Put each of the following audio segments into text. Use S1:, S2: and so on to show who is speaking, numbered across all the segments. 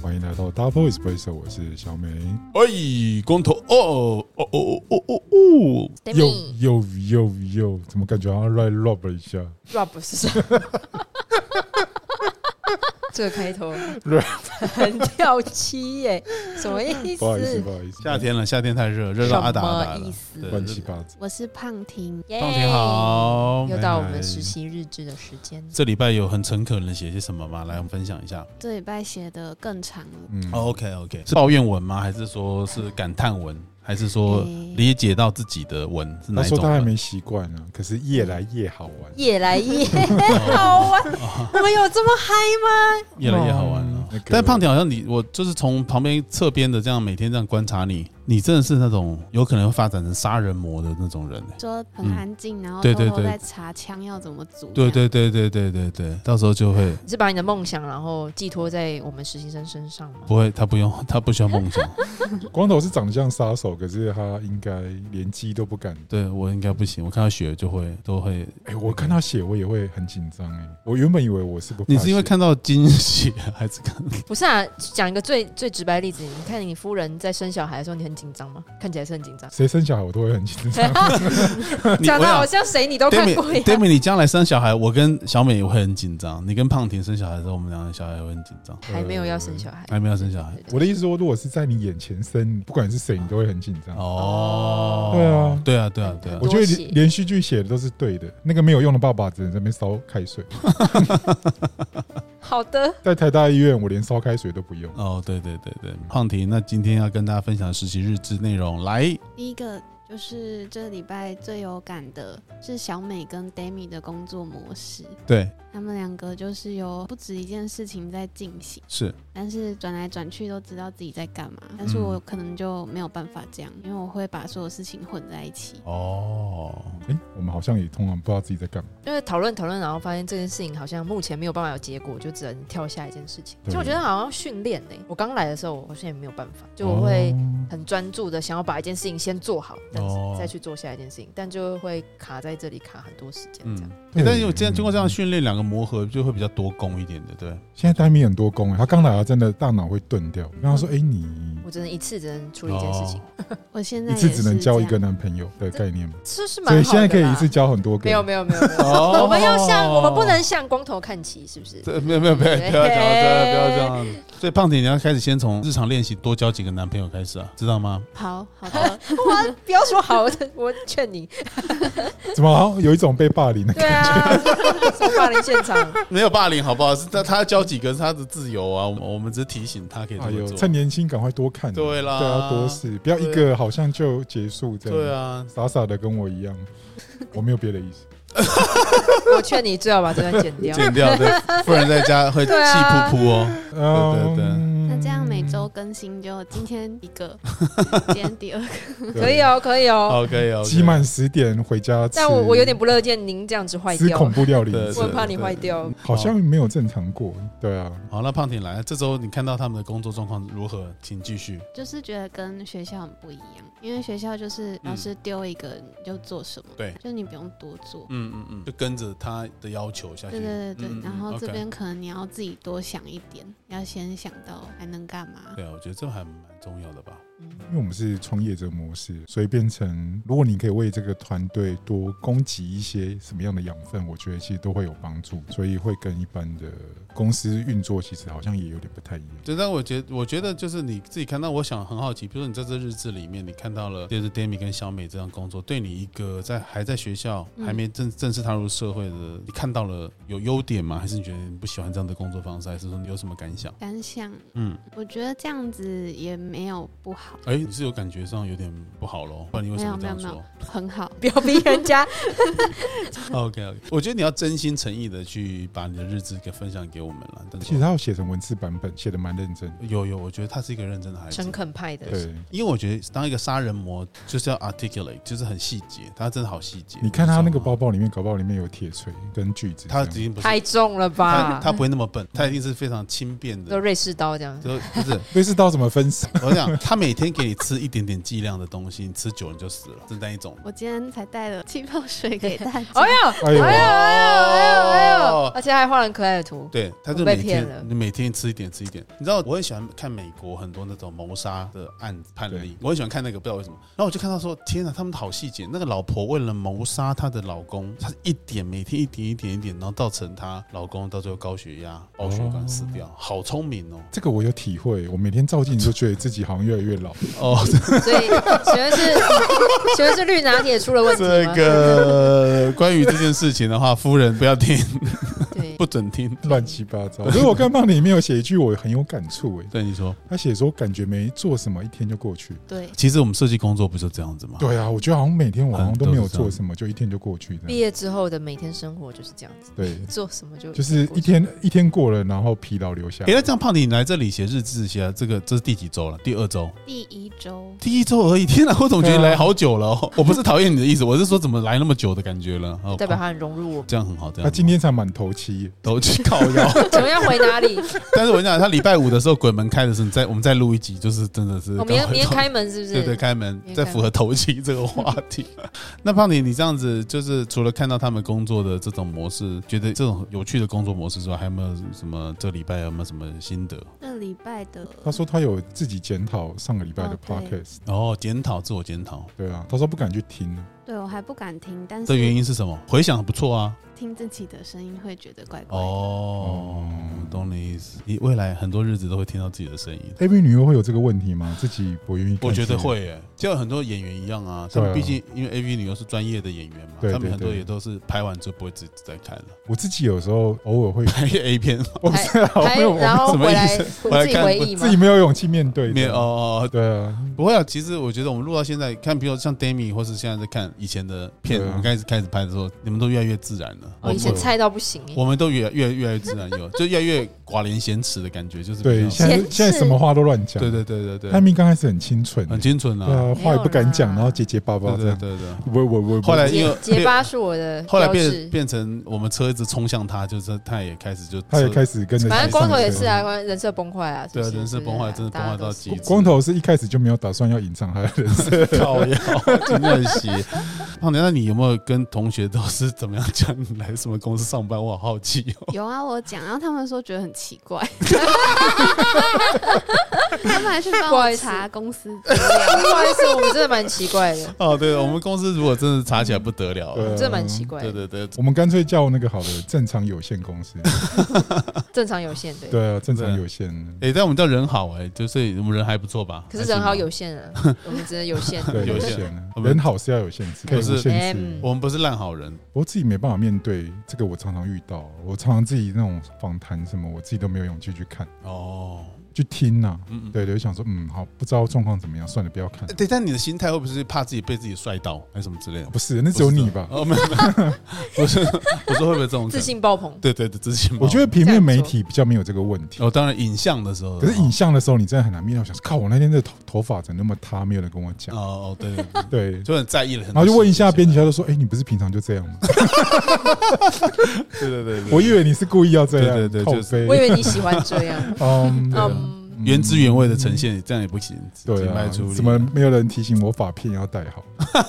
S1: 欢迎来到 Double Espresso，我是小美。
S2: 哎，光头哦哦哦哦哦哦！
S1: 又
S3: Demi
S1: 又又又，怎么感觉好像乱 rap 了一下
S3: rap 是什么？ 这个开头很掉漆耶，什么意
S1: 不好意思，
S3: 思？
S1: 不好意思，
S2: 夏天了，夏天太热，热到阿达阿达
S3: 什么
S2: 了
S3: 意思，
S2: 对
S1: 乱七。八糟。
S3: 我是胖婷，耶
S2: 胖婷好，
S3: 又到我
S2: 嗨
S3: 们实。习日志的时间。
S2: 这礼拜有很诚恳的写些什么吗？来，我们分享一下。
S4: 这礼拜写的更长了，
S1: 嗯，
S2: OK OK，是抱怨文吗？还是说是感叹文？还是说
S4: 诶
S2: 理解到自己的文是
S1: 他
S2: 哪一
S1: 说
S2: 种啊
S1: 他还
S2: 文？
S1: 没习惯呢，可是越来越好玩，
S3: 夜来夜好玩，我们有这么嗨吗？
S2: 越来越好玩了
S1: 嗯那个。
S2: 但胖婷好像你，我就是从旁边侧边的这样每天这样观察你，你真的是那种有可能会发展成杀人魔的那种人、欸。
S4: 说很安静，然后
S2: 对
S4: 偷
S2: 对
S4: 偷
S2: 对
S4: 在查枪要怎么组。
S2: 对对对对对对对，到时候就会
S3: 你是把你的梦想然后寄托在我们实习生身上吗？
S2: 不会，他不用，他不需要梦想。
S1: 光头是长得像杀手，可是他应该连鸡都不敢。
S2: 对我应该不行，我看到血就会都会。
S1: 哎、我看到血我也会很紧张哎，我原本以为我是不怕血，，
S2: 你是因为看到金血还是 看？
S3: 不是啊，讲一个最最直白的例子，你看你夫人在生小孩的时候，你很紧张吗？看起来是很紧张
S1: 谁生小孩我都会很紧张。
S2: 你
S3: 讲
S2: 我
S3: 的
S2: 想
S3: 好像谁你都看过一
S2: Demi
S3: 样。
S2: Demi，你将来生小孩，我跟小美也会很紧张。你跟胖婷生小孩的时候，我们两个小孩也会很紧张。
S3: 还没有要生小孩，
S2: 还没有生小孩
S3: 哎对对
S1: 我的意思说，如果是在你眼前生，不管是谁，你都会很紧张。
S2: 哦，
S1: 对啊
S2: 对啊，对啊，对啊
S1: 我。觉得
S3: 多血
S1: 连连续剧写的都是对的，那个没有用的爸爸只能在那边烧开 水。
S3: 好的，
S1: 在台大医院，我连烧开水都不用。
S2: 哦，对对对对，胖婷，那今天要跟大家分享的实习日志内容，来，
S4: 第一个就是这礼拜最有感的是小美跟 Demi 的工作模式，
S2: 对，
S4: 他们两个就是有不止一件事情在进行，
S2: 是
S4: 但是转来转去都知道自己在干嘛。但是
S2: 嗯
S4: 我可能就没有办法这样，因为我会把所有事情混在一起。
S2: 哦，
S1: 哎、我们好像也通常不知道自己在干嘛。
S3: 因为讨论讨论，然后发现这件事情好像目前没有办法有结果，就只能跳下一件事情。
S1: 对
S3: 其实我觉得好像训练呢，我刚来的时候，我好像也没有办法，就我会
S1: 哦
S3: 很专注的想要把一件事情先做好，但是
S2: 哦
S3: 再去做下一件事情，但就会卡在这里卡很多时间这样
S2: 嗯。，
S1: 对
S2: 欸但是我这样经过这样的训练，两个磨合就会比较多功一点的，对。
S1: 现在戴米很多功哎、他刚来啊，真的大脑会钝掉。然后
S3: 嗯
S1: 说：“哎、你
S3: 我只能一次只能处理一件事情
S2: 哦，
S4: 我现在
S1: 一次
S4: 也
S1: 只
S4: 是
S1: 能交一
S4: 这
S1: 个
S4: 样
S1: 男朋友的概念嘛，
S3: 这是
S1: 所
S3: 蛮好
S1: 以
S3: 的。
S1: 现在可以一次。交很多个。
S3: 没有没有没有，没有
S2: 哦
S3: 我们要向我们不能向光头看齐，是不是？
S2: 这没有没有没有，不要这样，不要这样。所以胖姐，你要开始先从日常练习多交几个男朋友开始啊，知道吗？
S4: 好好的，
S3: 哇，不要说好，我劝你。
S1: 怎么好像有一种被 霸凌的？
S3: 对啊，是霸凌现场。
S2: 没有霸凌好不好？是他他交几个是他的自由啊，我们我们只是提醒他可以
S1: 哎
S2: 这
S1: 呦
S2: 么，做
S1: 趁。年轻赶快多看、
S2: 对啦
S1: 对啊，多试，不要一个好像就结束这样。
S2: 对，啊，
S1: 傻傻的跟我一样，我没有别的意思。
S3: 我劝你最好把这段剪掉。
S2: 剪掉对，不然在家会气
S3: 对啊
S2: 噗噗哦。对对
S1: 嗯
S4: 那这样每周更新就今天一 个，今天第二个，
S3: 可以哦，可以哦。
S2: 好，可以哦，
S1: 集嗯满十点回家吃。
S3: 但我我有点不哦乐见您这样子坏
S1: 吃
S3: 掉，
S1: 恐怖料理，
S2: 对
S3: 我很怕你坏掉。
S1: 好像没有正常过。对啊，
S2: 好。那胖婷来，这周你看到他们的工作状况如何？请继续。
S4: 就是觉得跟学校很不一样，因为学校就是老师丢一个你就做什么，
S2: 嗯对
S4: 就你不用多做。
S2: 嗯嗯嗯，就跟着他的要求下去。
S4: 对对对对，
S2: 嗯嗯
S4: 然后这
S2: OK
S4: 边可能你要自己多想一点，要先想到还能干嘛。
S2: 对啊，我觉得这还蛮重要的吧。
S1: 因为我们是创业者模式，所以变成如果你可以为这个团队多供给一些什么样的养分，我觉得其实都会有帮助，所以会跟一般的公司运作其实好像也有点不太一样。
S2: 对，但我觉我觉得就是你自己看到，我想很好奇，比如说你在这日志里面，你看到了就是 Demi 跟小美这样工作，对你一个在还在学校、
S4: 嗯
S2: 还没正正式踏入社会的，你看到了有优点吗？还是你觉得你不喜欢这样的工作方式，还是说你有什么感想？
S4: 感想，
S2: 嗯，
S4: 我觉得这样子也没有不好，
S2: 哎，你是有感觉上有点不好咯，不然你为什么这样
S4: 没有没
S2: 说
S4: 很好。
S3: 不要逼人家，
S2: ？OK OK，我觉得你要真心诚意的去把你的日志给分享给我们了。但是
S1: 其实他要写成文字版本，写的蛮认真。
S2: 有有，我觉得他是一个认真的孩子，
S3: 诚恳派的。
S1: 对，
S2: 因为我觉得当一个杀人魔就是要 articulate，就是很细节，他真的好细节。
S1: 你看他那个
S2: 包，
S1: 包包里面，搞不好里面有铁锤跟锯子这
S2: 他
S1: 样。
S2: 已经不是
S3: 太重了
S2: 他
S3: 吧？
S2: 他不会那么笨，他一定是非常轻便
S3: 都
S2: 的。
S3: 瑞士刀这样。
S2: 就不是
S1: 类似到什么分手？
S2: 我讲，他每天给你吃一点点剂量的东西，你吃久你就死了，是那一种。
S4: 我今天才带了气泡水给大 家。
S3: 哎 呦，
S1: 哎
S3: 哎
S1: 呦
S3: 呦，哎呦，哎呦
S2: 哦！
S3: 而且还画了很可爱的图。
S2: 对，他就
S3: 我被
S2: 每
S3: 骗了
S2: 天你每天吃一点吃一点，你知道我很喜欢看美国很多那种谋杀的案子判
S3: 嗯
S2: 例，我很喜欢看那个，不知道为什么。然后我就看到说，天哪，他们好细节。那个老婆为了谋杀她的老公，她一点每天一点一点一点，然后造成她老公到最后高血压、
S3: 哦
S2: 爆血管死掉，好聪明哦！
S1: 这个我有体会，我每天照镜子就觉得自己好像越来越老。
S2: 哦，
S3: 所以，请问是， 请问是绿拿铁出了问题
S2: 这
S3: 吗？
S2: 个关于这件事情的话，夫人不要听，
S3: 对，
S2: 不准听。
S1: 乱七八糟。可是我看到里面有写一句我很有感触哎，
S2: 对你说，
S1: 他写说感觉没做什么，一天就过去。
S4: 对，
S2: 其实我们设计工作不就嗯这样子吗？
S1: 对啊，我觉得好像每天我好像都没有
S2: 很多
S1: 做
S2: 是这样
S1: 什么，就一天就过去这
S3: 毕
S2: 嗯
S1: 样。
S3: 业之后的每天生活就是这样子，
S1: 对，
S3: 做什么就
S1: 就是一天一天过了，然后疲劳留下
S3: 啊
S2: 哎、。那这样胖迪，你来这里写日志写这个，这是第几周了？第二周，
S4: 第一周
S2: 第一周而已。天哪，我总觉得
S1: 对啊
S2: 你来好久了、哦。我不是讨厌你的意思，我是说怎么来那么久的感觉了。哦
S3: 代表他很融入我们。
S2: 这样很好，这样很好
S1: 他啊今天才满头七，
S2: 都去靠腰。
S3: 怎么样回 哪里？
S2: 但是我跟你讲，他礼拜五的时候鬼门开的时候，你再我们再录一集，就是真的是
S3: 我哦明天
S2: 刚好
S3: 明天开门是不是？
S2: 对对，开门
S3: 明天
S2: 再
S3: 开
S2: 符合头期这个话题。 那胖迪，你这样子就是除了看到他们工作的这种模式，觉得这种有趣的工作模式之外，还有没有什么这礼拜有没有什么心得？
S4: 这礼拜的，
S1: 他说他有自己检讨上个礼拜的
S4: 哦对
S1: podcast，
S2: 哦，检讨自我检讨
S1: 对啊，他说不敢去听，
S4: 对我还不敢听，但
S2: 的原
S4: 是
S2: 因是什么？回想不错啊。
S4: 听自己的声音会觉得怪怪的。
S2: 哦，懂你意思。你未来很多日子都会听到自己的声音。
S1: A V 哎女优会有这个问题吗？自己不愿意看剧，
S2: 我觉得会耶，就很多演员一样啊，他
S1: 对啊
S2: 们毕竟因为 A V 女优是专业的演员嘛，
S1: 对对
S2: 他们很多
S1: 对
S2: 也都是拍完之后不会自己再看了，
S1: 我自己有时候偶尔会，
S2: 拍 A 片
S1: 我不是啊，
S3: 还
S1: 我有
S3: 然后
S2: 什么
S3: 回
S2: 意
S3: 来
S2: 思
S3: 回
S2: 我来
S3: 自己
S2: 看
S3: 回
S2: 我
S3: 忆吗
S1: 自己？没有勇气面对，
S2: 没有哦，哦
S1: 对啊，
S2: 不会啊。其实我觉得我们录到现在，看比如像 Demi 或是现在在看以前的片，
S1: 对啊
S2: 我们开始开始拍的时候，你们都越来越自然了。
S3: 哦我以前菜到不行哎，
S2: 我们都越越越来越自然有，就越来越寡言鲜耻的感觉，就是比
S1: 对，
S2: 较
S1: 现在现在什么话都乱讲，
S2: 对对对对
S1: 艾
S2: 对，
S1: 米刚开始很清纯，
S2: 很清纯
S1: 对
S2: 啊，
S1: 啊，话也不敢讲，
S3: 没有
S1: 然
S3: 啦
S1: 后结结巴
S2: 对
S1: 巴这
S2: 对
S1: 样。
S2: 对对。
S1: 我我我，
S2: 后来因为
S3: 结结巴是我的
S2: 后来
S3: 标
S2: 变
S3: 志。
S2: 变成我们车一直冲向他，就是他也开始就
S1: 他也
S2: 车
S1: 开始跟着，
S3: 反正光头也是
S1: 啊。
S3: 啊，光人设崩坏啊，是
S2: 对
S3: 不
S2: 啊
S3: 是
S2: 人设崩坏，真的崩坏到。极
S3: 对
S2: 致。
S1: 光头是一开始就没有打算要隐藏他的人设，
S2: 靠腰，真可惜。胖娘，那你有没有跟同学都是怎么样讲你来什么公司上班？我好好奇哦。
S4: 有啊，我讲，然后他们说觉得很奇怪， 他们还去帮
S3: 不好意
S4: 我
S3: 思
S4: 查公司资
S3: 大家
S4: 料。
S3: 都不好意思，我们真的蛮奇怪 的，
S2: 哦，对，我们公司如果真的查起来不得了
S1: 对
S3: 我
S1: 啊
S3: 们真的欸蛮奇怪
S2: 对
S3: 的。
S2: 对对，
S1: 我们干脆叫那个好的正常有限公司。
S2: 嗯
S3: 正常有限对，
S1: 对啊，正常有限。
S2: 哎，但我们叫人好哎，就是我们人还不错吧？
S3: 可是人
S2: 还
S3: 好
S2: 行吧
S3: 有限啊，我们只能 有限。
S1: 对，
S2: 有
S1: 有
S2: 限
S1: 限
S2: 我们
S1: 人好是要有限制，可以
S2: 不是
S1: 无限制
S3: 嗯。
S2: 我们不是烂好人，
S1: 我自己没办法面对这个，我常常遇到，我常常自己那种访谈什么，我自己都没有勇气去看、
S2: 哦，
S1: 去听呐、
S2: 嗯嗯。
S1: 对对，就想说，嗯，好，不知道状况怎么样，算了，不要看
S2: 哎。对，但你的心态会不会是怕自己被自己帅到，还是什么之类的？
S1: 不是，那只有你吧？
S2: 哦，没有，没有 我是我说会不会这种可能
S3: 自？信爆棚，
S2: 对对对，自信爆。
S1: 我觉得平面媒体比较没有这个问题。
S2: 哦，当哦然影像的时候，
S1: 可是影像的时候，你真的很难面对。我想说，靠，我那天的头头发怎么那么塌？没有人跟我
S2: 哦
S1: 讲。
S2: 哦对对，对
S1: 对，
S2: 就很在意了。很
S1: 然后就问一下编辑，他
S2: 多
S1: 就说：“哎，你不是平常就这样 吗
S2: 事情，对对对，？”
S1: 我以为你是故意要这样，
S2: 对对对
S1: 靠
S2: 就是
S1: 背
S3: 我以为你喜欢 这样。
S1: 嗯，对啊
S3: 嗯，
S2: 原汁原味的呈现，这样也不行，
S1: 对
S2: 请卖
S1: 啊
S2: 出力，
S1: 怎么没有人提醒我把片要戴 好？乱七八
S2: 嗯
S3: 可以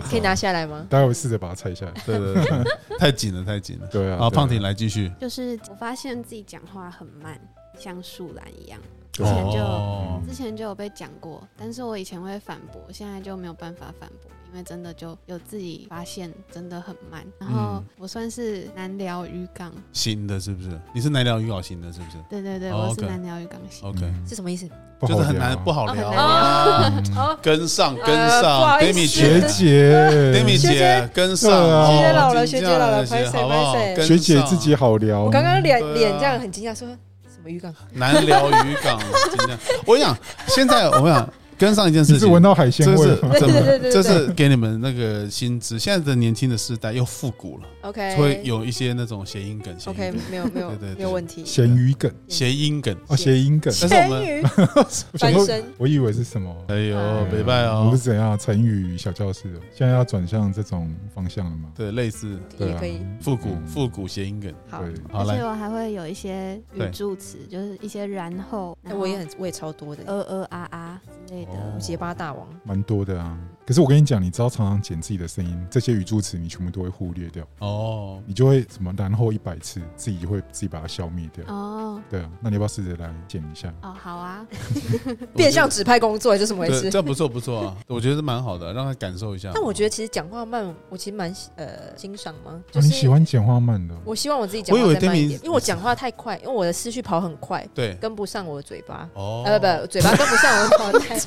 S1: 糟
S3: 可以拿，下来吗？
S1: 待会试着把它拆下来。
S2: 对对对，对太紧了，太紧了。
S1: 对啊，
S2: 好，
S1: 对啊
S2: 胖婷哦来继续。
S4: 就是我发现自己讲话很慢，像树懒一样。
S1: 对啊
S4: 之前就
S2: 哦
S4: 之前就有被讲过，但是我以前会反驳，现在就没有办法反驳，因为真的就有自己发现真的很慢。然后
S2: 嗯
S4: 我算是南寮渔港，
S2: 新的是不是？你是南寮渔港新的，是不是
S4: 对对对，
S2: 哦
S4: 我是
S2: OK 哦
S4: 南寮渔港系。
S2: ？OK，
S1: 嗯
S3: 是什么意思？
S1: 不
S2: 就是很难，不
S1: 好
S2: 好聊
S3: 哦
S2: 啊。
S1: 聊
S3: 哦，
S2: 跟上，跟
S3: 呃不
S2: 上
S3: 好意
S2: ，Demi
S3: 思
S1: 学
S2: 姐
S1: 姐，
S2: ，Demi
S3: 学
S2: 姐
S3: 姐，
S2: 跟上。
S1: 对啊
S2: 哦
S1: 学姐
S3: 老了
S2: 真
S3: 学姐老了
S2: 的学姐
S3: 拍谁
S2: 好不好
S3: 拍谁
S2: 跟
S1: 学姐
S2: 上
S1: 自己好聊。
S3: 我刚刚脸
S2: 对啊
S3: 脸这样很惊讶，说什么鱼缸？
S2: 南寮渔港，真的。我跟你讲，现在我跟你讲，跟上一件
S1: 你
S2: 事
S1: 是
S2: 情，
S1: 闻到海鲜
S2: 这
S1: 味
S2: 是
S1: 吗？
S2: 这
S3: 对对
S2: 是
S3: 对对
S2: 这是给你们那个薪资。现在的年轻的世代又复古了，
S3: OK，
S2: 会有一些那种谐音梗、谐
S3: 哎 OK，
S2: 音梗、
S3: 没有没有
S2: 对对对
S3: 没有问题。
S1: 咸鱼梗
S2: 谐音梗。
S1: 哦，谐音梗。
S2: 但是我
S3: 咸
S2: 们，
S3: 鱼
S1: 我想
S3: 翻
S1: 说，
S3: 身，
S1: 我以为是什么？
S2: 哎呦，
S1: 对
S2: 北拜
S1: 我
S2: 哦
S1: 是，怎样成语小教室的？现在要转向这种方向了吗？
S2: 对，类似
S1: 对
S3: 也
S1: 啊
S3: 可以。
S2: 复古
S1: 嗯
S2: 复古谐音梗。
S3: 好，
S1: 对
S2: 好
S4: 而且
S2: 来，
S4: 我还会有一些
S2: 对
S4: 语助词，就是一些然后，
S3: 哎
S4: 然后
S3: 我也很我也超多的，
S4: 呃呃啊啊之类
S2: 哦
S4: 的。
S3: 结巴大王。
S1: 蛮多的啊。可是我跟你讲，你知道常常剪自己的声音，这些语助词你全部都会忽略掉，
S2: 哦，
S1: 你就会什么然后一百次，自己会自己把它消灭掉。
S4: 哦
S1: 对啊，那你要不要试着来剪一下？
S4: 哦，好啊，
S3: 变相指派工作，这是怎么回
S2: 对，
S3: 事？
S2: 这不错不错啊，我觉得是蛮好的，让他感受一下。
S3: 但我觉得其实讲话慢，我其实蛮喜呃欣赏吗？
S2: 哦
S1: 啊、
S3: 就
S1: 你
S3: 是
S1: 喜欢讲话慢的哦，
S3: 我希望我自己讲
S2: 我以
S3: 话
S2: 为
S3: 再慢一
S2: 丁明
S3: 点，因为我讲话太快，因为我的思绪跑很快，
S2: 哦对
S3: 跟不上我的嘴巴，
S2: 哦，
S3: 呃不，嘴巴跟不上我的脑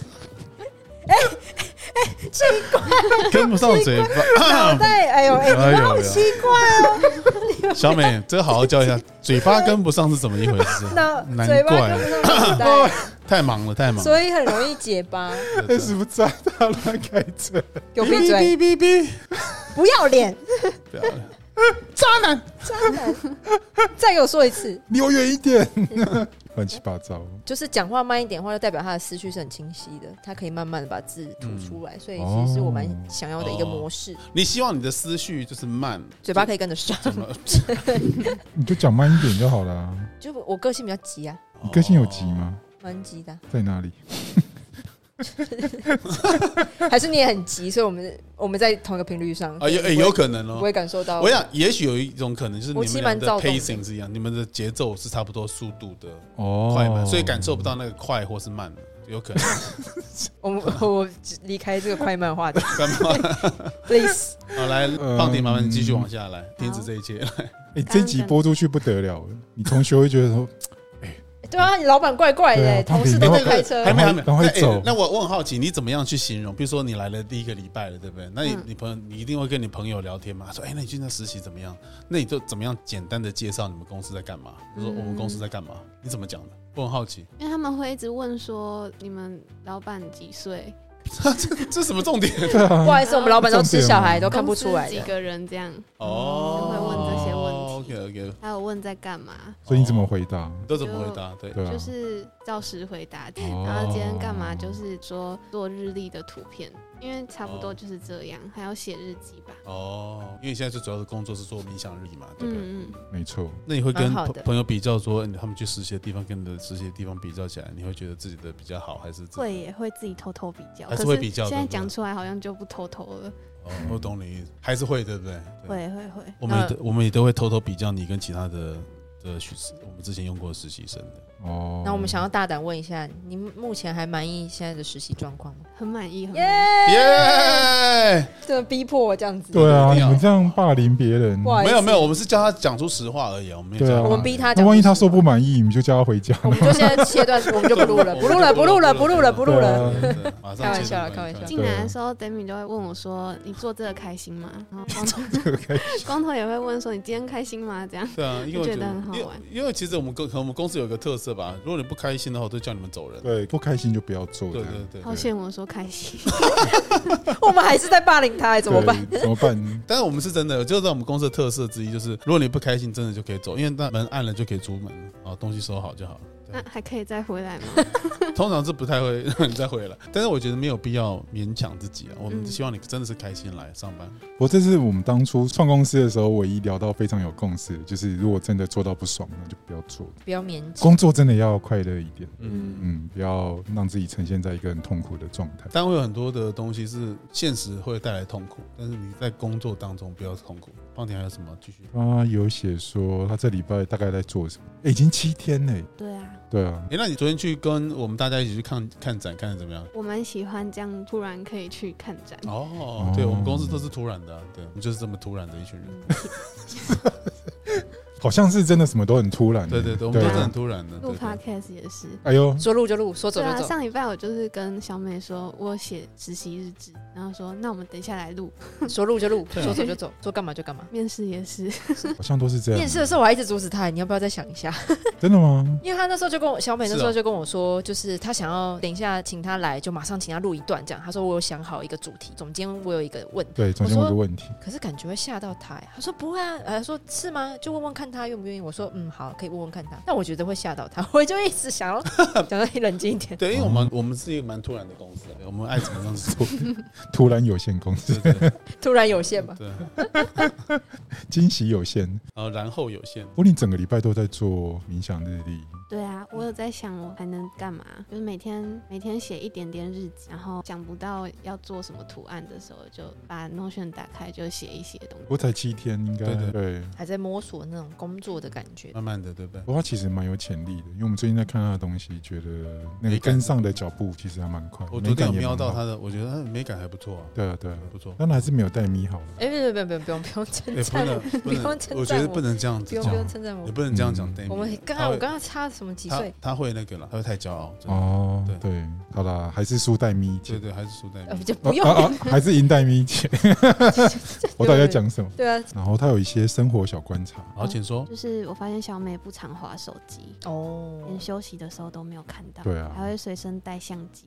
S3: 袋，
S2: 跟不上 嘴巴
S3: 脑。袋，哎呦哎，
S2: 哎呦
S3: 好
S2: 呦
S3: 奇怪 哦，
S2: 小美，这个好好教一下，嘴巴跟不上是怎么一回事？
S3: 那
S2: 难
S3: 嘴巴
S2: 怪
S3: 跟 不上脑袋，
S2: 哦太忙了，太忙了。
S3: 所以很容易结巴，
S1: 但哎是不在他乱开车，
S3: 给我闭嘴，
S2: 哔哔哔
S3: 不要脸，
S2: 哔！不要了
S1: 渣男，
S3: 渣男， 再给我说一次，
S1: 离我远一点，乱七八糟。
S3: 就是讲话慢一点的话，就代表他的思绪是很清晰的，他可以慢慢的把字吐出
S2: 嗯
S3: 来，所以其实是我蛮想要的一个模式，
S2: 你希望你的思绪就是慢，
S3: 嘴巴可以跟得上，
S2: 怎么？
S1: 你就讲慢一点就好了啊。
S3: 就我个性比较急啊，
S1: 你个性有急吗？
S3: 蛮急的啊。
S1: 在哪里？
S3: 还是你也很急，所以我们我们在同一个频率上
S2: 哦？啊，有哎有可能
S3: 不
S2: 哦。
S3: 会感受到。
S2: 我想，也许有一种可能就是
S3: 我
S2: 你
S3: 其
S2: 们俩
S3: 实
S2: 的
S3: 蛮躁动的
S2: pacing 是一样，你们的节奏是差不多速度的
S1: 哦，
S2: 快慢，所以感受不到那个快或是慢，有可能。
S3: 我们 我离开这个快 慢话题
S2: 干嘛？
S3: ，please。
S2: 好，来，
S1: 嗯
S2: 胖迪，麻烦你继续往下来，停止这一切。
S1: 哎、这集播出去不得了了，你同学会觉得说，
S3: 对啊，你老板怪怪
S1: 对啊
S3: 的，
S1: 他
S3: 同事都在开车
S2: 还，没还没，
S1: 赶快
S2: 那哎
S1: 走
S2: 那我我很好奇，你怎么样去形容？比如说你来了第一个礼拜了，对不对？那你
S4: 嗯
S2: 你朋友，你一定会跟你朋友聊天嘛？他说，哎，那你去那实习怎么样？那你就怎么样简单的介绍你们公司在干嘛？就说我们公司在干嘛？你怎么讲的？我很好奇，
S4: 因为他们会一直问说你们老板几岁，
S2: 这什么重点？
S1: 对啊，
S3: 不好意思，我们老板都吃小孩，都
S4: 都
S3: 看不出来
S4: 几
S3: 的。
S4: 个人这样，
S2: 哦，
S4: 会问这些问题
S2: OK OK，
S4: 还有问在干嘛，
S1: 所以你怎么回答？
S2: 哦都怎么回答？对，
S1: 对啊，
S4: 就是照实回答。
S1: 哦
S4: 然后今天干嘛？就是说做日历的图片，因为差不多就是这样，还要写日记吧。
S2: 哦，因为现在最主要的工作是做冥想日历嘛，对不对？
S4: 嗯嗯，
S1: 没错，
S2: 那你会跟
S3: 蛮好
S2: 朋
S3: 的
S2: 朋友比较说，哎你他们去实习的地方跟你的实习的地方比较起来，你会觉得自己的比较好，还是自己
S4: 会也会自己偷偷比较，
S2: 还
S4: 可
S2: 是会比较
S4: 现
S2: 对啊
S4: 在
S2: 不对
S4: 讲出来好像就不偷偷了。
S2: 哦，我懂你，意思，还是会对不对？对。
S4: 会会会，
S2: 我们
S3: 嗯
S2: 也都我们也都会偷偷比较你跟其他的的学我们之前 用过的实习生的。
S1: 哦。
S3: 那我们
S2: 嗯
S3: 想要大胆问一下，你目前还满意现在的实习状况吗？
S4: 很满意，很
S3: 耶
S4: 满意。！
S2: 耶！
S3: 真的逼迫我这样子，
S1: 对啊，
S2: 一
S1: 你
S2: 定要
S1: 们这样霸凌别人，
S3: 不好意
S2: 没
S3: 思
S2: 有没有，我们是叫他讲出实话而已啊，我们没有
S1: 对啊
S2: 叫他
S3: 我们逼他
S1: 那
S3: 讲。
S1: 万一他说不，满意，你们就叫他回家。
S3: 我们就现在切断，我们就不录 了，不录了，不录了，不录了，不录了。
S1: 对啊
S2: 对对对马上
S3: 开玩笑
S2: 切断
S3: 开玩笑
S4: 进来的时候，Demi 就会问我说：“你做这个开心吗？”然后光 头 光头也会问说：“你今天开心吗？”这样
S2: 对啊，因为我
S4: 就觉
S2: 觉得
S4: 得很好
S2: 因为
S4: 玩
S2: 因为其实我们公可能我们公司有一个特色吧，如果你不开心的话，我都叫你们走 人。
S1: 对，不开心就不要做。
S2: 对
S1: 这
S2: 对
S1: 样
S2: 对
S4: 好
S2: 对。
S4: 羡慕，说开心。
S1: 啊
S3: 我们还是在霸凌他，哎怎么办？？
S1: 对怎么办？
S2: 但是我们是真的，就是在我们公司的特色之一，就是如果你不开心，真的就可以走，因为那门按了就可以出门，啊，东西收好就好了。
S4: 那还可以再回来吗？
S2: 通常是不太会 让你再回来，但是我觉得没有必要勉强自己啊。我们
S4: 嗯
S2: 希望你真的是开心来上班。
S1: 我这是我们当初创公司的时候，唯一聊到非常有共识，就是如果真的做到不爽，那就不要做。
S3: 不要勉强。
S1: 工作真的要快乐一点，
S2: 嗯
S4: 嗯，
S1: 嗯，不要让自己呈现在一个很痛苦的状态。
S2: 但会有很多的东西是现实会带来痛苦，但是你在工作当中不要痛苦。胖婷还有什么继续？
S1: 他有写说他这礼拜大概在做什么，诶已经七天嘞。
S4: 对啊，
S1: 对啊，
S2: 哎、那你昨天去跟我们大家一起去看看展，看的怎么样？
S4: 我蛮喜欢这样突然可以去看展。
S2: 啊哦，对，我们公司都是突然的啊、对，我们就是这么突然的一群人。
S1: 好像是真的什么都很突然欸。
S2: 对对对，我们都是很突然的。
S4: 录
S2: 对对
S4: podcast 也是。
S1: 哎呦，
S3: 说录就录，说走
S4: 对
S3: 就
S4: 啊，
S3: 走。
S4: 上礼拜我就是跟小美说，我写实习日志，然后说那我们等一下来录。
S3: 说录就录，
S2: 对啊
S3: 说走就走，说干嘛就干嘛。
S4: 面试也是，
S1: 好像都是这样。
S3: 面试的时候我还一直阻止他，你要不要再想一下？
S1: 真的吗？
S3: 因为他那时候就跟我小美那时
S2: 是
S3: 候
S2: 哦
S3: 就跟我说，就是他想要等一下请他来，就马上请他录一段这样。他说我有想好一个主题，总监我有一个问，
S1: 对，总
S3: 我
S1: 监有
S3: 说
S1: 个问题，
S3: 可是感觉会吓到他、欸。他说不会啊，呃，说是吗？就问问看他愿不愿意。我说嗯，好，可以问问看他。但我觉得会吓到他，我就一直想要想要你冷静一点。
S2: 对，因为我们我们是一个蛮突然的公司，我们爱怎么样子 做，
S1: 突然有限公司，
S2: 对对
S3: 突然有限嘛，
S2: 对。
S1: 惊喜有限。
S2: 呃，然后有限，
S1: 不过你整个礼拜都在做冥想日历，
S4: 对啊，我有在想我还能干嘛，就是每天每天写一点点日记，然后想不到要做什么图案的时候，就把 Notion 打开就写一些东西。
S1: 我才七天，应该
S2: 对对
S1: 对。
S3: 还在摸索那种工作的感觉。
S2: 慢慢的，对不对
S1: 不？过他其实蛮有潜力的，因为我们最近在看他的东西，觉得那个
S2: 美感
S1: 跟上的脚步其实还蛮快。
S2: 我昨天
S1: 美
S2: 有
S1: 感也蛮
S2: 瞄
S1: 好
S2: 到他，的，我觉得他的美感还不错啊，
S1: 对啊对啊，
S2: 不 错。
S1: 但他还是没有带米好。
S3: 哎、不不不不不用不用
S2: 也不
S3: 称赞我，
S2: 能不
S3: 不用
S2: 能
S3: 称，赞
S2: 我觉得不能这样
S3: 不
S2: 子
S3: 用
S1: 这
S3: 不
S1: 样
S2: 讲，
S3: 用称赞我
S2: 也。不能这样讲
S1: 嗯。
S2: Demi，
S3: 我们刚
S2: 他
S3: 刚
S2: 会
S3: 我刚刚差什么几
S2: 他
S3: 岁？
S2: 他会那个了，他会太骄傲。真的，
S1: 哦
S2: 对，
S1: 对，好啦，还是输带咪姐
S2: 对，对，还是输在
S3: 呃，
S2: 你。
S3: 就 不用。
S1: 啊啊啊还是赢带咪 姐。我到底在讲什么？
S3: 对啊，
S1: 然后他有一些生活小观察，
S2: 好，请说。
S4: 就是我发现小美不常滑手机，
S3: 哦，
S4: 连休息的时候都没有看到，
S1: 对啊
S4: 还会随身带相机。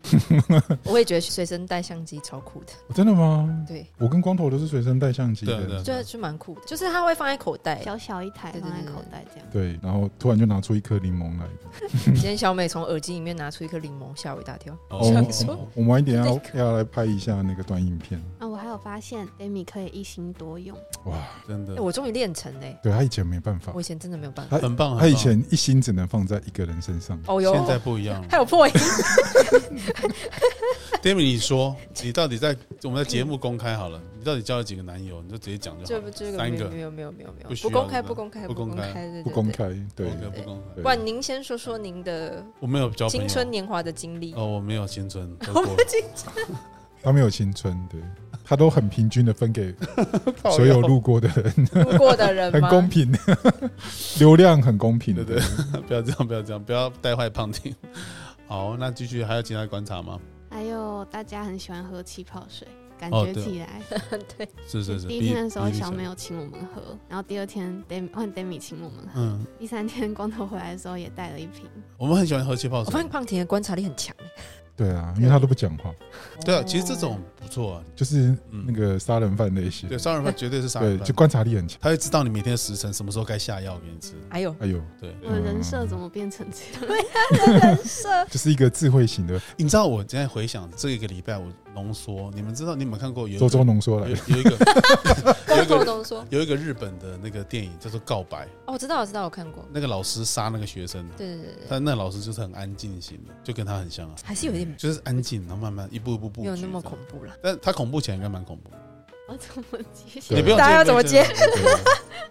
S3: 我也觉得随身带相机超酷的。
S1: 哦真的吗？
S3: 对，
S1: 我跟光头都是随身带相机
S2: 对啊对
S1: 的
S2: 啊，
S3: 就
S2: 对啊
S3: 是蛮酷的，就是它会放在口袋。
S4: 小小一台
S3: 哎对对
S4: 放在
S3: 对对
S4: 口袋这样。
S1: 对，然后突然就拿出一颗柠檬来。
S3: 今天小美从耳机里面拿出一颗柠檬，吓我一大跳。
S1: 哦
S3: 想
S1: 我
S3: 说
S1: 我们晚一点
S3: 那
S1: 要
S3: 个
S1: 要来拍一下那个短影片。
S4: 啊，我还有发现 Amy 可以一心多用，
S1: 哇，
S2: 真
S3: 哎
S2: 的，
S3: 我终于练成嘞！
S1: 对他以前没办法
S3: 我，以前真的没有办法。
S1: 他
S2: 很棒。很
S1: 他以
S2: 棒
S1: 前一心只能放在一个人身上。
S3: 哦哟，
S2: 现在不一样了
S3: 还。有破音，
S2: Demi，你说你到底在我们的节目公开好了，你到底交了几个男友？你就直接讲就
S3: 这
S2: 好
S3: 不
S2: 了。
S3: 这个
S2: 三
S3: 没
S2: 个
S3: 有没有没有没有没有
S2: 不需
S3: 不
S2: 要
S3: 公开
S2: 对吧
S3: 不公开
S2: 不公开
S3: 对对对
S1: 不公。开，对，
S2: 不公不公开。
S1: 对
S3: 不然您先说说您的
S2: 我没有交朋
S3: 青春
S2: 友。
S3: 年华的经历。
S2: 哦，我没有青春，都
S3: 我
S2: 过
S3: 们
S2: 了
S3: 今
S1: 他没有青春，对他都很平均的分 给
S2: 靠
S1: 所有
S2: 腰
S1: 路过的人，
S3: 天路过的人
S1: 很
S3: 吗？
S1: 公平， 流量很公平，
S2: 对对，不要这样，不要这样，不要带坏胖丁。好，那继续还有其他观察吗？
S4: 还有大家很喜欢喝气泡水，感
S2: 哦
S4: 觉
S2: 对哦
S4: 起来。
S3: 对，
S2: 是是是。
S4: 第一
S2: 比
S4: 天的时候，
S2: 比例
S4: 小
S2: 小
S4: 美有请我们喝，然后第二天 Demi 换 Demi 请我们喝，
S2: 嗯，
S4: 第三天光头回来的时候也带了一瓶。
S2: 我们很喜欢喝气泡
S3: 我发
S2: 水
S3: 现。胖婷的观察力很强。
S1: 对啊，因为他都不讲话，
S2: 对啊，其实这种不错啊。
S1: 就是
S2: 嗯
S1: 那个杀人犯类型
S2: 对，，杀人犯绝对是杀
S1: 对
S2: 人，犯
S1: 就，观察力很强。
S2: 他会知道你每天的时辰，什么时候该下药给你吃。
S3: 哎呦，
S1: 哎呦，
S2: 对，
S4: 我的人
S2: 嗯
S4: 设怎么变成这样？
S3: 人设
S1: 就是一个智慧型的
S2: 你知道我现在回想这一个礼拜，我浓缩，你们知道你有没有看过有一
S1: 周
S2: 个
S1: 周浓缩
S2: 有
S1: 来，
S2: 有一个有一
S3: 豆
S2: 个
S3: 豆说，
S2: 有一个日本的那个电影叫做《告白》，
S3: 哦哦，我知道我知道，我看过。
S2: 那个老师杀那个学生，
S3: 对对对对对，
S2: 但那老师就是很安静型的，就跟他很像啊，
S3: 还是有一点
S2: 就是安静，然后慢慢一步一步布
S3: 没
S2: 局，
S3: 有那么恐。怖啦。
S2: 但他恐怖起来应该蛮恐怖，
S4: 我怎么接下
S1: 对
S2: 你不用
S3: 大家要怎么接？
S2: 不用不用不用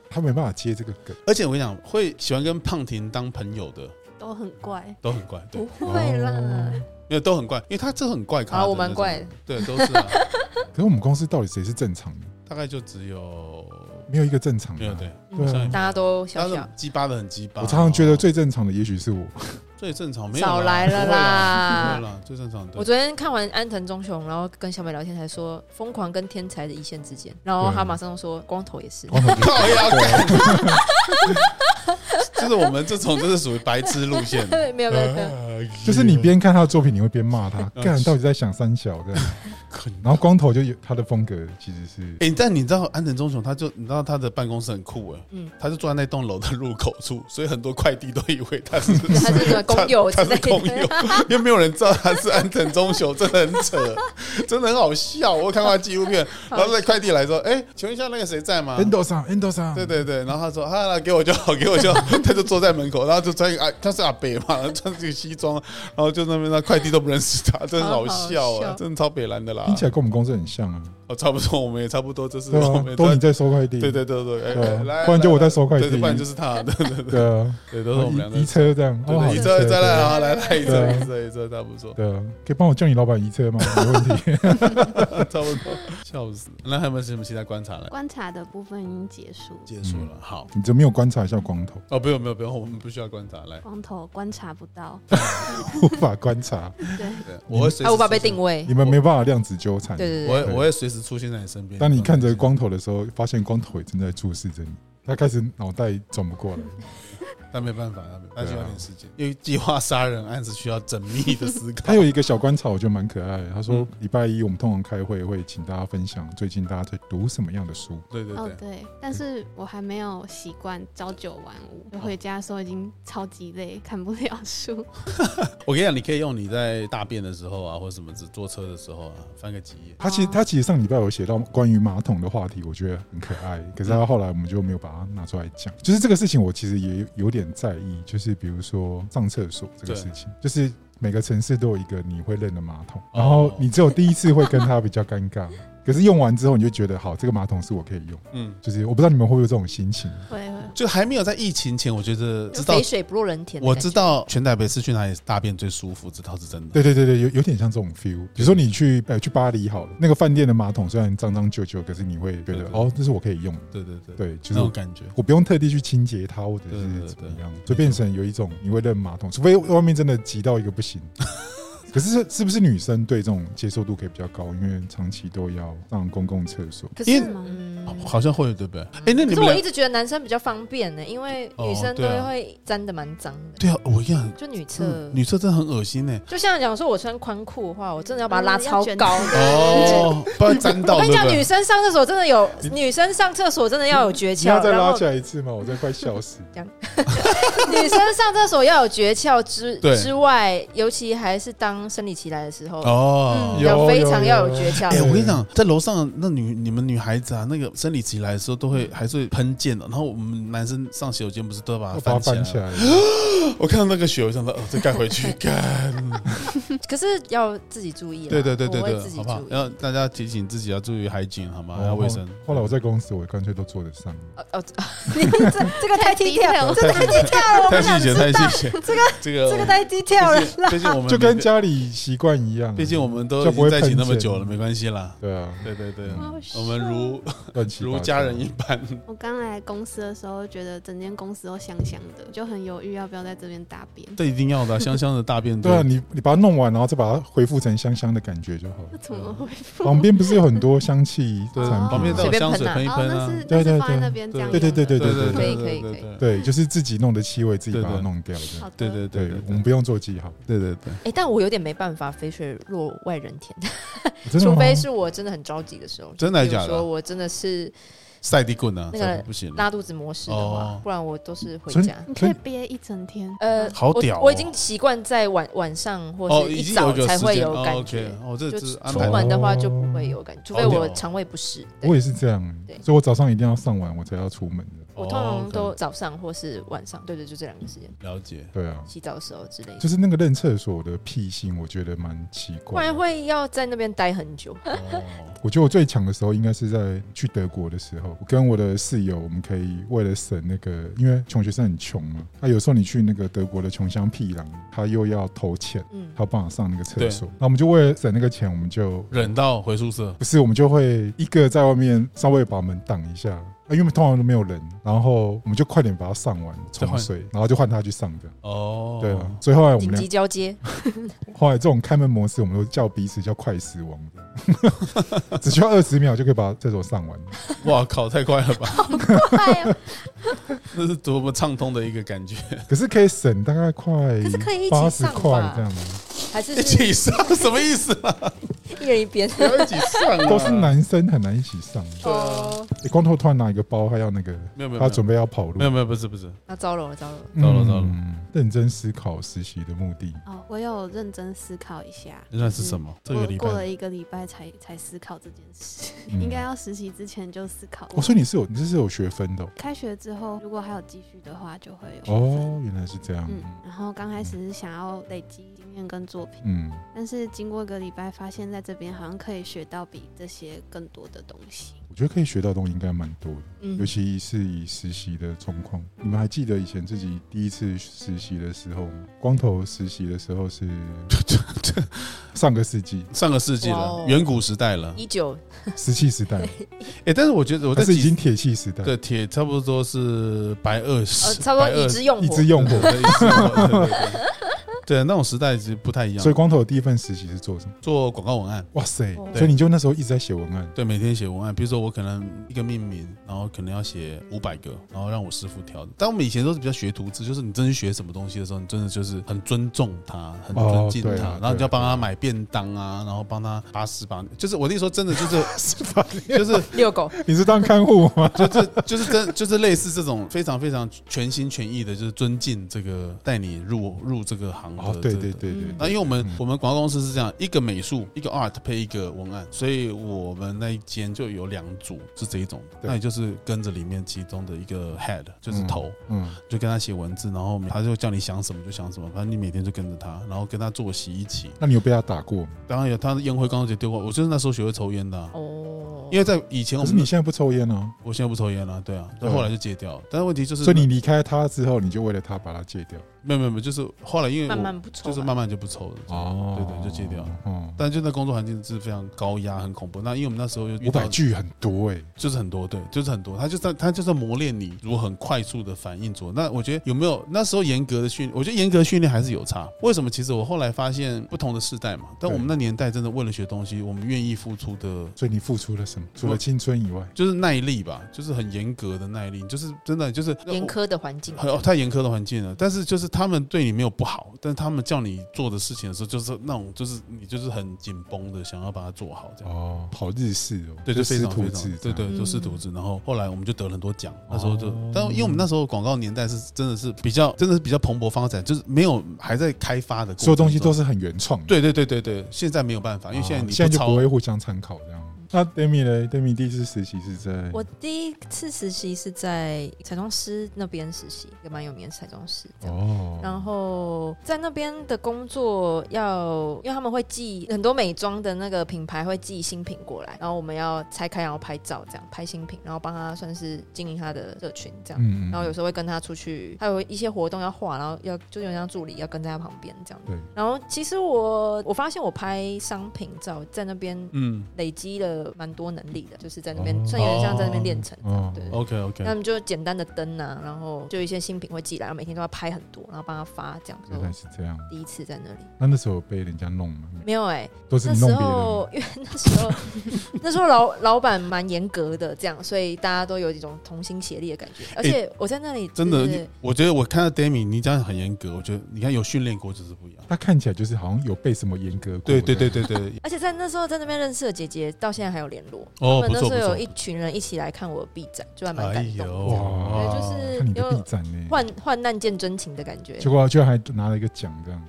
S1: 他没办法接这个梗，
S2: 而且我跟你讲，会喜欢跟胖婷当朋友的
S4: 都很怪。
S2: 都很怪，对
S3: 不，会啦，
S1: 哦
S2: 没有都很怪，因为他这很怪咖的那
S3: 啊，
S2: 种。
S3: 我蛮怪的。
S2: 对，都是啊，
S1: 可是我们公司到底谁是正常的？
S2: 大概就只有
S1: 没有一个正常
S2: 没有
S1: 的。
S2: 对，
S1: 对啊
S2: 像
S3: 大家都
S2: 他
S3: 笑
S2: 是
S3: 笑，
S2: 鸡巴的很鸡巴。
S1: 我常常觉得最正常的也许是我，
S2: 嗯最正常，没有啦
S3: 少来了
S2: 不
S3: 啦
S2: 会。啦，最正常。对
S3: 我昨天看完安藤忠雄，然后跟小美聊天，才说疯狂跟天才的一线之间，然后他马上说光头也是，
S1: 光头就
S2: 靠 腰干， 就是我们这种就是属于白痴路线。
S3: 对， 没有没有
S2: 啊
S3: 没有，
S1: 就是你 边看他的作品，你会边骂他，
S2: 嗯
S1: 干到底在想三小这样。然后光头就有他的风格，其实是
S2: 哎、但你知道安藤忠雄，他就你知道他的办公室很酷哎、
S3: 嗯
S2: 他就坐在那栋楼的入口处，所以很多快递都以为他是
S3: 他 是什么工友 之
S2: 他是
S3: 类
S2: 工友
S3: 的，，
S2: 因为没有人知道他是安藤忠雄，真的很扯，真的很好笑。我有看过他纪录 片，然后在快递来说，哎、请问一下那个谁在吗？
S1: Endo 上，Endo 上，
S2: 啊对对对，然后他说：“啊，给我就好，给我就好。”他就坐在门口，然后就穿一个啊，他是阿北嘛，然后穿这个西装，然后就那边那快递都不认识他，真的很好笑
S3: 好好
S2: 啊，
S3: 笑
S2: 真的超北蓝的啦
S1: 听。起来跟我们公司很像啊。
S2: 哦，差不多，我们也差不多，就是
S1: 对
S2: 我
S1: 啊，
S2: 们
S1: 都你
S2: 在，
S1: 在收快递，
S2: 对对对对，哎
S1: 对
S2: 哎
S1: 啊
S2: 来，
S1: 不然就我在
S2: 来
S1: 收快
S2: 对
S1: 递
S2: 对不然就是他，对对对
S1: 对啊，
S2: 对，都是我们
S1: 然后
S2: 两
S1: 移移
S2: 个人。
S1: 车这样，
S2: 对
S1: 哦，
S2: 对，
S1: 好
S2: 一车
S1: 对
S2: 再来啊，来
S3: 对
S2: 来一
S1: 对
S2: 车一车一车，差不多，
S1: 对啊，可以帮我叫你老板移车吗？没问题。
S2: 差不多，笑死。那还有没有什么其他观察嘞？
S4: 观察的部分已经结束，
S2: 结束了，好。
S1: 你怎么没有观察一下光头？
S2: 哦，不用不用不用，我们不需要观察，
S1: 嗯
S2: 来，
S4: 光头观察不到，
S1: 无法观察，
S4: 对，
S2: 对，我会随时
S3: 啊，无法被
S2: 出现
S3: 定，位
S1: 你。们没办法量子纠缠。
S3: 对对
S2: 我
S3: 对，
S2: 会我会随时出现在你身边。
S1: 当你看着光头的时候，发现光头也正在注视着你，他开始脑袋转不 过来。
S2: 但没办法，那没那
S1: 啊
S2: 就要点时间，因为计划杀人案是需要缜密的思考。
S1: 他有一个小观察，我觉得蛮可爱的。他说
S2: 嗯，
S1: 礼拜一我们通常开会会请大家分享最近大家在读什么样的书。
S2: 对对
S4: 哦
S2: 对，嗯
S4: 对，但是我还没有习惯朝九晚五，就回家的时候已经超级累，看不了书。
S2: 我跟你讲，你可以用你在大便的时候啊，或者什么只坐车的时候啊，翻个几页。
S1: 他其实
S4: 哦
S1: 他其实上礼拜有写到关于马桶的话题，我觉得很可爱。可是他后来我们就没有把它拿出来讲。就是这个事情，我其实也有点在意，就是比如说上厕所这个
S2: 对
S1: 事情，就是。每个城市都有一个你会认的马桶，
S2: 哦
S1: 然后你只有第一次会跟他比较尴尬，可是用完之后你就觉得好，这个马桶是我可以用。
S2: 嗯，
S1: 就是我不知道你们会不会有这种心情，
S4: 会会，
S2: 就还没有在疫情前，我觉得
S3: 就
S2: 知道
S3: 肥水不落人田的
S2: 我
S3: 感觉。
S2: 知道全台北市去哪里大便最舒服，这套是真的。
S1: 对对对对，有有点像这种 feel。比如说你去呃去巴黎好了，那个饭店的马桶虽然脏脏旧旧，可是你会觉
S2: 对
S1: 得
S2: 对对
S1: 哦，这是我可以用的。
S2: 对对对，
S1: 对，就
S2: 那
S1: 是
S2: 种感觉。
S1: 我不用特地去清洁它或者
S2: 对对
S1: 是
S2: 对
S1: 怎么
S2: 对
S1: 样，就变成有一种你会认马桶，除非外面真的急到一个不行。 可是是不是女生对这种接受度可以比较高？因为长期都要上公共厕所。
S3: 可
S2: 因
S3: 是
S2: 为
S3: 嗯
S2: 好好像会对不对？哎，那
S3: 可
S2: 你
S3: 是
S2: 们
S3: 我
S2: 俩
S3: 一直觉得男生比较方便呢，因为女生都
S2: 哦对啊
S3: 会沾的蛮脏的，
S2: 对啊，我跟你讲，
S3: 就女厕
S2: 嗯。女厕真的很恶心 呢。
S3: 就像讲说，我穿宽裤的话，我真的要把它拉
S4: 嗯要
S3: 超
S4: 卷
S3: 高。
S2: 哦，不然沾到
S3: 我
S2: 对不
S3: 跟你讲，女
S2: 对？
S3: 生上厕所真的有， 女生上厕所真的要有诀
S1: 你要
S3: 窍。
S1: 再
S3: 然
S1: 拉
S3: 后
S1: 起来一次吗？我真快笑死。
S3: 女生上厕所要有诀窍之
S2: 对
S3: 之外，尤其还是当生理期来的时候，
S2: 哦，
S1: 有
S3: 要非常要有
S1: 有
S3: 诀
S2: 哎、
S3: 窍。
S2: 我跟你讲，在楼上那女你们女孩子啊，那个生理期来的时候都会还是会喷溅的，然后我们男生上洗手间不是都要把它
S1: 我把它
S2: 翻起来
S1: 翻
S2: 吗？
S1: 起 来了，
S2: 我看到那个血，我想到哦，再盖回 去干。
S3: 可是要自己注意啦。
S2: 对对对对
S3: 我会
S2: 对
S3: 自，己
S2: 好不好
S3: 注？意。
S2: 要大家提醒自己要注意海景，好吗？还要卫生。
S1: 哦后来我在公司，我干脆都做得上。
S3: 哦哦， 你们这这个太低调了，
S4: 了，
S3: 这太低调了，我
S2: 太
S3: 不想
S2: 细节，
S3: 知
S2: 太
S3: 道。
S2: 细节。这个这个
S3: 这个太低调了
S2: 毕竟
S3: 啦。
S2: 毕竟我 们
S1: 就跟
S2: 家，
S1: 家里习惯一样啊、
S2: 毕竟我们都
S1: 就
S2: 已
S1: 不会
S2: 经在一起那么
S1: 喷溅
S2: 久了，没关系啦。
S1: 对啊，
S2: 对对对，
S1: 嗯
S2: 我们如
S1: 乱七八
S2: 如
S1: 糟
S2: 家人一般。
S4: 我刚来公司的时候，觉得整间公司都香香的，就很犹豫要不要在这边大便。
S2: 这一定要的啊，香香的大便。
S1: 对啊，你你把它弄完，然后再把它恢复成香香的感觉就好
S4: 那
S1: 了。
S4: 怎么会
S2: 嗯
S4: 复？
S1: 旁边不是有很多香气
S2: 对，
S1: 产品？
S2: 旁边都有
S3: 随便
S2: 香水
S3: 喷啊
S2: 喷一
S4: 哦，
S2: 喷
S4: 那
S2: 啊。
S4: 是
S1: 对
S4: 那
S1: 对
S4: 是放在
S1: 对
S4: 那边这样用
S2: 对
S4: 的。
S1: 对对对
S2: 对
S1: 对
S3: 可以可以
S2: 对
S3: 可以
S2: 对
S1: 对，就是自己弄的气味，自己
S2: 对
S1: 把它
S2: 对
S1: 弄掉的。
S4: 好的
S2: 对对
S1: 对
S2: 对，
S1: 我们不用做记号，
S2: 对对对，
S3: 哎，但我有点没办法，肥水落外人田，
S1: 真的
S3: 除
S1: 吗
S3: 非是我真的很着急的时候。
S2: 真的还
S3: 比如
S2: 假的
S3: 说
S2: 啊？
S3: 我真的是
S2: 赛地棍啊，
S3: 那个
S2: 赛地不行，
S3: 拉肚子模式的话
S2: 哦，
S3: 不然我都是回
S1: 所以
S3: 家。
S4: 你可以憋一整天。
S3: 呃，
S2: 好
S3: 我
S2: 屌哦
S3: 我已经习惯在晚晚上或
S2: 哦，
S3: 是
S2: 已
S3: 一
S2: 经
S3: 早
S2: 一个
S3: 才
S2: 时
S3: 会
S2: 间
S3: 有
S2: 哦
S3: 感
S2: OK，
S3: 觉，
S2: 哦，这
S3: 就
S2: 只安
S3: 出
S2: 排
S3: 门
S2: 好
S3: 的话就不会有感觉，除非
S2: 好屌
S3: 我
S2: 哦
S3: 肠胃不适。对
S1: 我也是这样欸
S3: 对，
S1: 所以我早上一定要上完，我才要出门的。
S3: 我
S2: 哦
S3: 通常都
S2: OK
S3: 早上或是晚上，对对，就这两个时间，
S2: 了解。
S1: 对啊，
S3: 洗澡的时候之类的
S1: 就，是那个认厕所的屁性，我觉得蛮奇
S3: 不
S1: 怪
S3: 然
S1: 的。
S3: 会要在那边待很久。
S2: 哦，
S1: 我觉得我最强的时候应该是在去德国的时候，我跟我的室友，我们可以为了省那个，因为穷学生很穷嘛，那有时候你去那个德国的穷乡僻壤，他又要投钱，
S3: 嗯，
S1: 他帮我上那个厕
S2: 对
S1: 所，那我们就为了省那个钱，我们就
S2: 忍到回宿舍，
S1: 不是，我们就会一个在外面稍微把门挡一下，啊因为通常都没有人，然后我们就快点把它上完
S2: 再
S1: 冲
S2: 换
S1: 水，然后就换他去上的。
S2: 哦，
S1: 对啊，所以后来我们俩
S3: 紧急 交接，
S1: 后来这种开门模式，我们都叫彼此叫快死亡， 只需要二十秒就可以把厕所上完。
S2: 哇靠，太快了吧！
S3: 哎呀
S2: 那是多么畅通的一个感觉，
S1: 可是可以省大概快
S3: 可是可以一
S1: 八
S3: 起
S1: 十
S3: 上
S1: 块这
S3: 吧？
S1: 样，
S3: 还是
S2: 一
S3: 是
S2: 起上什么意 思啊？
S3: 一人一边？
S2: 不要一起上啊，
S1: 都是男生很难一起上。
S2: 对啊
S3: 哦，
S1: 诶光头突然拿一个包，他要那个，
S2: 没有没有没
S1: 他
S2: 有
S1: 准备要跑路
S2: 没有，没有不是不是，
S3: 那糟了，糟了。
S2: 啊糟了糟了
S1: 嗯，认真思考实习的目的。
S4: 哦，我有认真思考一下。
S2: 那是什么？这个
S4: 我
S2: 礼
S4: 过了
S2: 拜
S4: 一个礼拜才才思考这件事，
S1: 嗯
S4: 应该要实习之前就思考
S2: 哦
S4: 过。
S1: 我哦说你是有你这是有学分的哦
S4: 开学之后如果还有继续的话，就会有学分。
S1: 哦
S4: 嗯
S1: 哦，原来是这样。
S4: 嗯，然后刚开始是想要累积经经验跟作品。
S1: 嗯，
S4: 但是经过一个礼拜，发现在这边好像可以学到比这些更多的东西。
S1: 我觉得可以学到的东西应该蛮多的，
S3: 嗯
S1: 尤其是以实习的状况。你们还记得以前自己第一次实习的时候吗？光头实习的时候是上个世纪
S2: 上个世纪
S3: 哇
S2: 了
S3: 哦，
S2: 远古时代了。
S3: 一九
S1: 石器时代，
S2: 哎，但是我觉得我
S1: 但
S2: 在
S1: 是已
S2: 几
S1: 经铁器时代，
S2: 对铁差不多是白二
S3: 呃
S2: 十，，
S3: 差不多
S2: 白
S3: 已
S2: 二
S3: 知用
S1: 一
S3: 火
S1: 直用火
S2: 对。对对对对对对，那种时代其实不太一样。
S1: 所以光头的第一份实习是做什么？
S2: 做广告文案，
S1: 哇塞！
S3: 哦
S1: 所以你就那时候一直在写文案，
S2: 对，每天写文案，比如说我可能一个命名，然后可能要写五百个，然后让我师傅挑。但我们以前都是比较学徒制，就是你真的学什么东西的时候，你真的就是很尊重他，很尊敬
S1: 哦对
S2: 他，
S1: 啊
S2: 然后你就要帮
S1: 对啊
S2: 他买便当啊，然后帮他把屎把，就是我那时候真的就是就是
S3: 遛狗，
S1: 你是当看护 吗？
S2: 就是就是真就是类似这种非常非常全心全意的，就是尊敬这个带你入入这个行
S1: 哦
S2: 的，
S1: 对
S2: 这个
S1: 对对对
S3: 嗯，
S2: 那因为我们、
S1: 嗯
S2: 我们广告公司是这样，一个美术，一个 art 配一个文案，所以我们那一间就有两组是这一种的，
S1: 对
S2: 那也就是跟着里面其中的一个 head，就是头，
S1: 嗯，
S2: 就跟他写文字，然后他就叫你想什么就想什么，反正你每天就跟着他，然后跟他作息一起。
S1: 那你有被他打过吗？
S2: 当然有他的烟灰缸就丢过，我就是那时候学会抽烟的啊、
S3: 哦，
S2: 因为在以前我
S1: 可是
S2: 们
S1: 你现在不抽烟哦，
S2: 我现在不抽烟了、对啊，
S1: 对
S2: 但后来就戒掉了。但是问题就是，
S1: 所以你离开他之后，你就为了他把他戒掉
S2: 没有没有没有，就是后来因为我
S3: 慢慢不抽
S2: 就是
S3: 吧
S2: 慢慢就不抽了，
S1: 哦
S2: 对对，就戒掉了。。
S1: 哦，
S2: 但就那工作环境是非常高压、很恐怖。那因为我们那时候就遇
S1: 五
S2: 到
S1: 百句很多哎、
S2: 就是很多，对，就是很多。他就在他就在磨练你如何很快速的反应做。那我觉得有没有那时候严格的训，我觉得严格的训练还是有差。为什么？其实我后来发现不同的世代嘛，但
S1: 对
S2: 我们那年代真的为了学东西，我们愿意付出的。
S1: 所以你付出了什么？除了青春以外，
S2: 就是耐力吧，就是很严格的耐力，就是真的就是
S3: 严苛的环境，
S2: 很哦太严苛的环境了，但是就是他们对你没有不好，但他们叫你做的事情的时候，就是那种就是你就是很紧绷的，想要把它做好这样。
S1: 哦，好日式哦，
S2: 对，就
S1: 就
S2: 非
S1: 师
S2: 常
S1: 徒
S2: 非常
S1: 制这
S2: 对
S1: 样，
S2: 对，
S3: 嗯
S2: 就师徒制。然后后来我们就得了很多奖，那时候就
S1: 哦，
S2: 但因为我们那时候广告年代是真的是比较，真的是比较蓬勃发展，就是没有还在开发的过程中，
S1: 所有东西都是很原创的。
S2: 对对对对对，现在没有办法，因为现在
S1: 哦
S2: 你
S1: 现在就
S2: 抄
S1: 不会互相参考这样。那 Demi 呢？Demi 第一次实习是在
S3: 我第一次实习是在彩妆师那边实习，一个蛮有名的彩妆师。这样
S1: 哦，
S3: 然后在那边的工作要，因为他们会寄很多美妆的那个品牌会寄新品过来，然后我们要拆开，然后拍照，这样拍新品，然后帮他算是经营他的社群这样。
S1: 嗯，嗯
S3: 然后有时候会跟他出去，还有一些活动要画，然后要就有点像助理要跟在他旁边这样。
S1: 对，
S3: 然后其实我我发现我拍商品照在那边
S2: 嗯
S3: 累积了蛮多能力的，就是在那边
S1: 哦
S3: 算有点像在那边练成这
S1: 哦
S3: 样。对对对
S2: ，OK OK，
S3: 那他们就简单的灯啊，然后就有一些新品会寄来，然后每天都要拍很多，然后帮他发这样。就
S1: 原来是这样。
S3: 第一次在那里
S1: 那那时候有被人家弄吗？
S3: 没有哎、
S1: 都是
S3: 那
S1: 你弄
S3: 时
S1: 别人吗
S3: 候因为那时候 那时候老老板蛮严格的，这样，所以大家都有一种同心协力的感觉。而且我在那里
S2: 真的
S3: 就是，
S2: 我觉得我看到 Demi，你讲得很严格，我觉得你看有训练过就是不一样。
S1: 他看起来就是好像有被什么严格过。
S2: 对对对，对对，
S3: 而且在那时候在那边认识的姐姐，到现在还有联络。
S2: 哦
S3: 他们
S2: 不
S3: 那
S2: 错
S3: 时候
S2: 不错哎
S3: 有一群人一起来看我的 B 展，就还蛮感
S1: 哎
S3: 动的。
S1: 哇
S3: 对，
S1: 看你的
S3: 就是
S1: 臂
S3: 有
S1: 展呢，
S3: 患患难见真情的感觉
S1: 结。果就还拿了一个奖，这样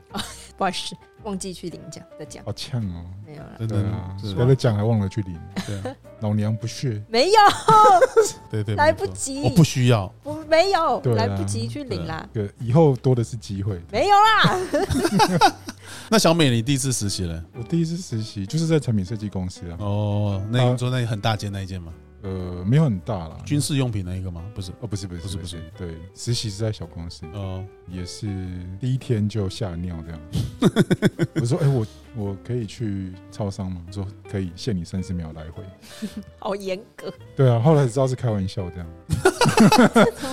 S3: 不好意思，忘记去领奖的奖
S1: 好呛哦。
S3: 没有了，
S2: 真的
S1: 对啊，
S2: 是
S1: 得了奖还忘了去领，
S2: 对啊
S1: 老娘不屑。
S3: 没有，
S2: 对对，
S3: 来
S2: 没错
S3: 不及
S1: 哦
S2: 我不需要，
S3: 我没有
S1: 对啊
S3: 来不及去领啦，
S1: 对，啊以后多的是机 会。
S3: 没有啦。
S2: 那小美，你第一次实习了？
S1: 我第一次实习就是在产品设计公司啊，
S2: 哦，那你说那很大间那一间吗？
S1: 呃，没有很大啦，
S2: 军事用品那一个吗？不是，
S1: 哦，不是不是
S2: 不是不是，
S1: 对，实习是在小公司，
S2: 哦，
S1: 也是第一天就吓尿 这样。我说，哎、我我可以去超商吗？我说可以，限你三十秒来回。
S3: 好严格。
S1: 对啊，后来才知道是开玩笑这样，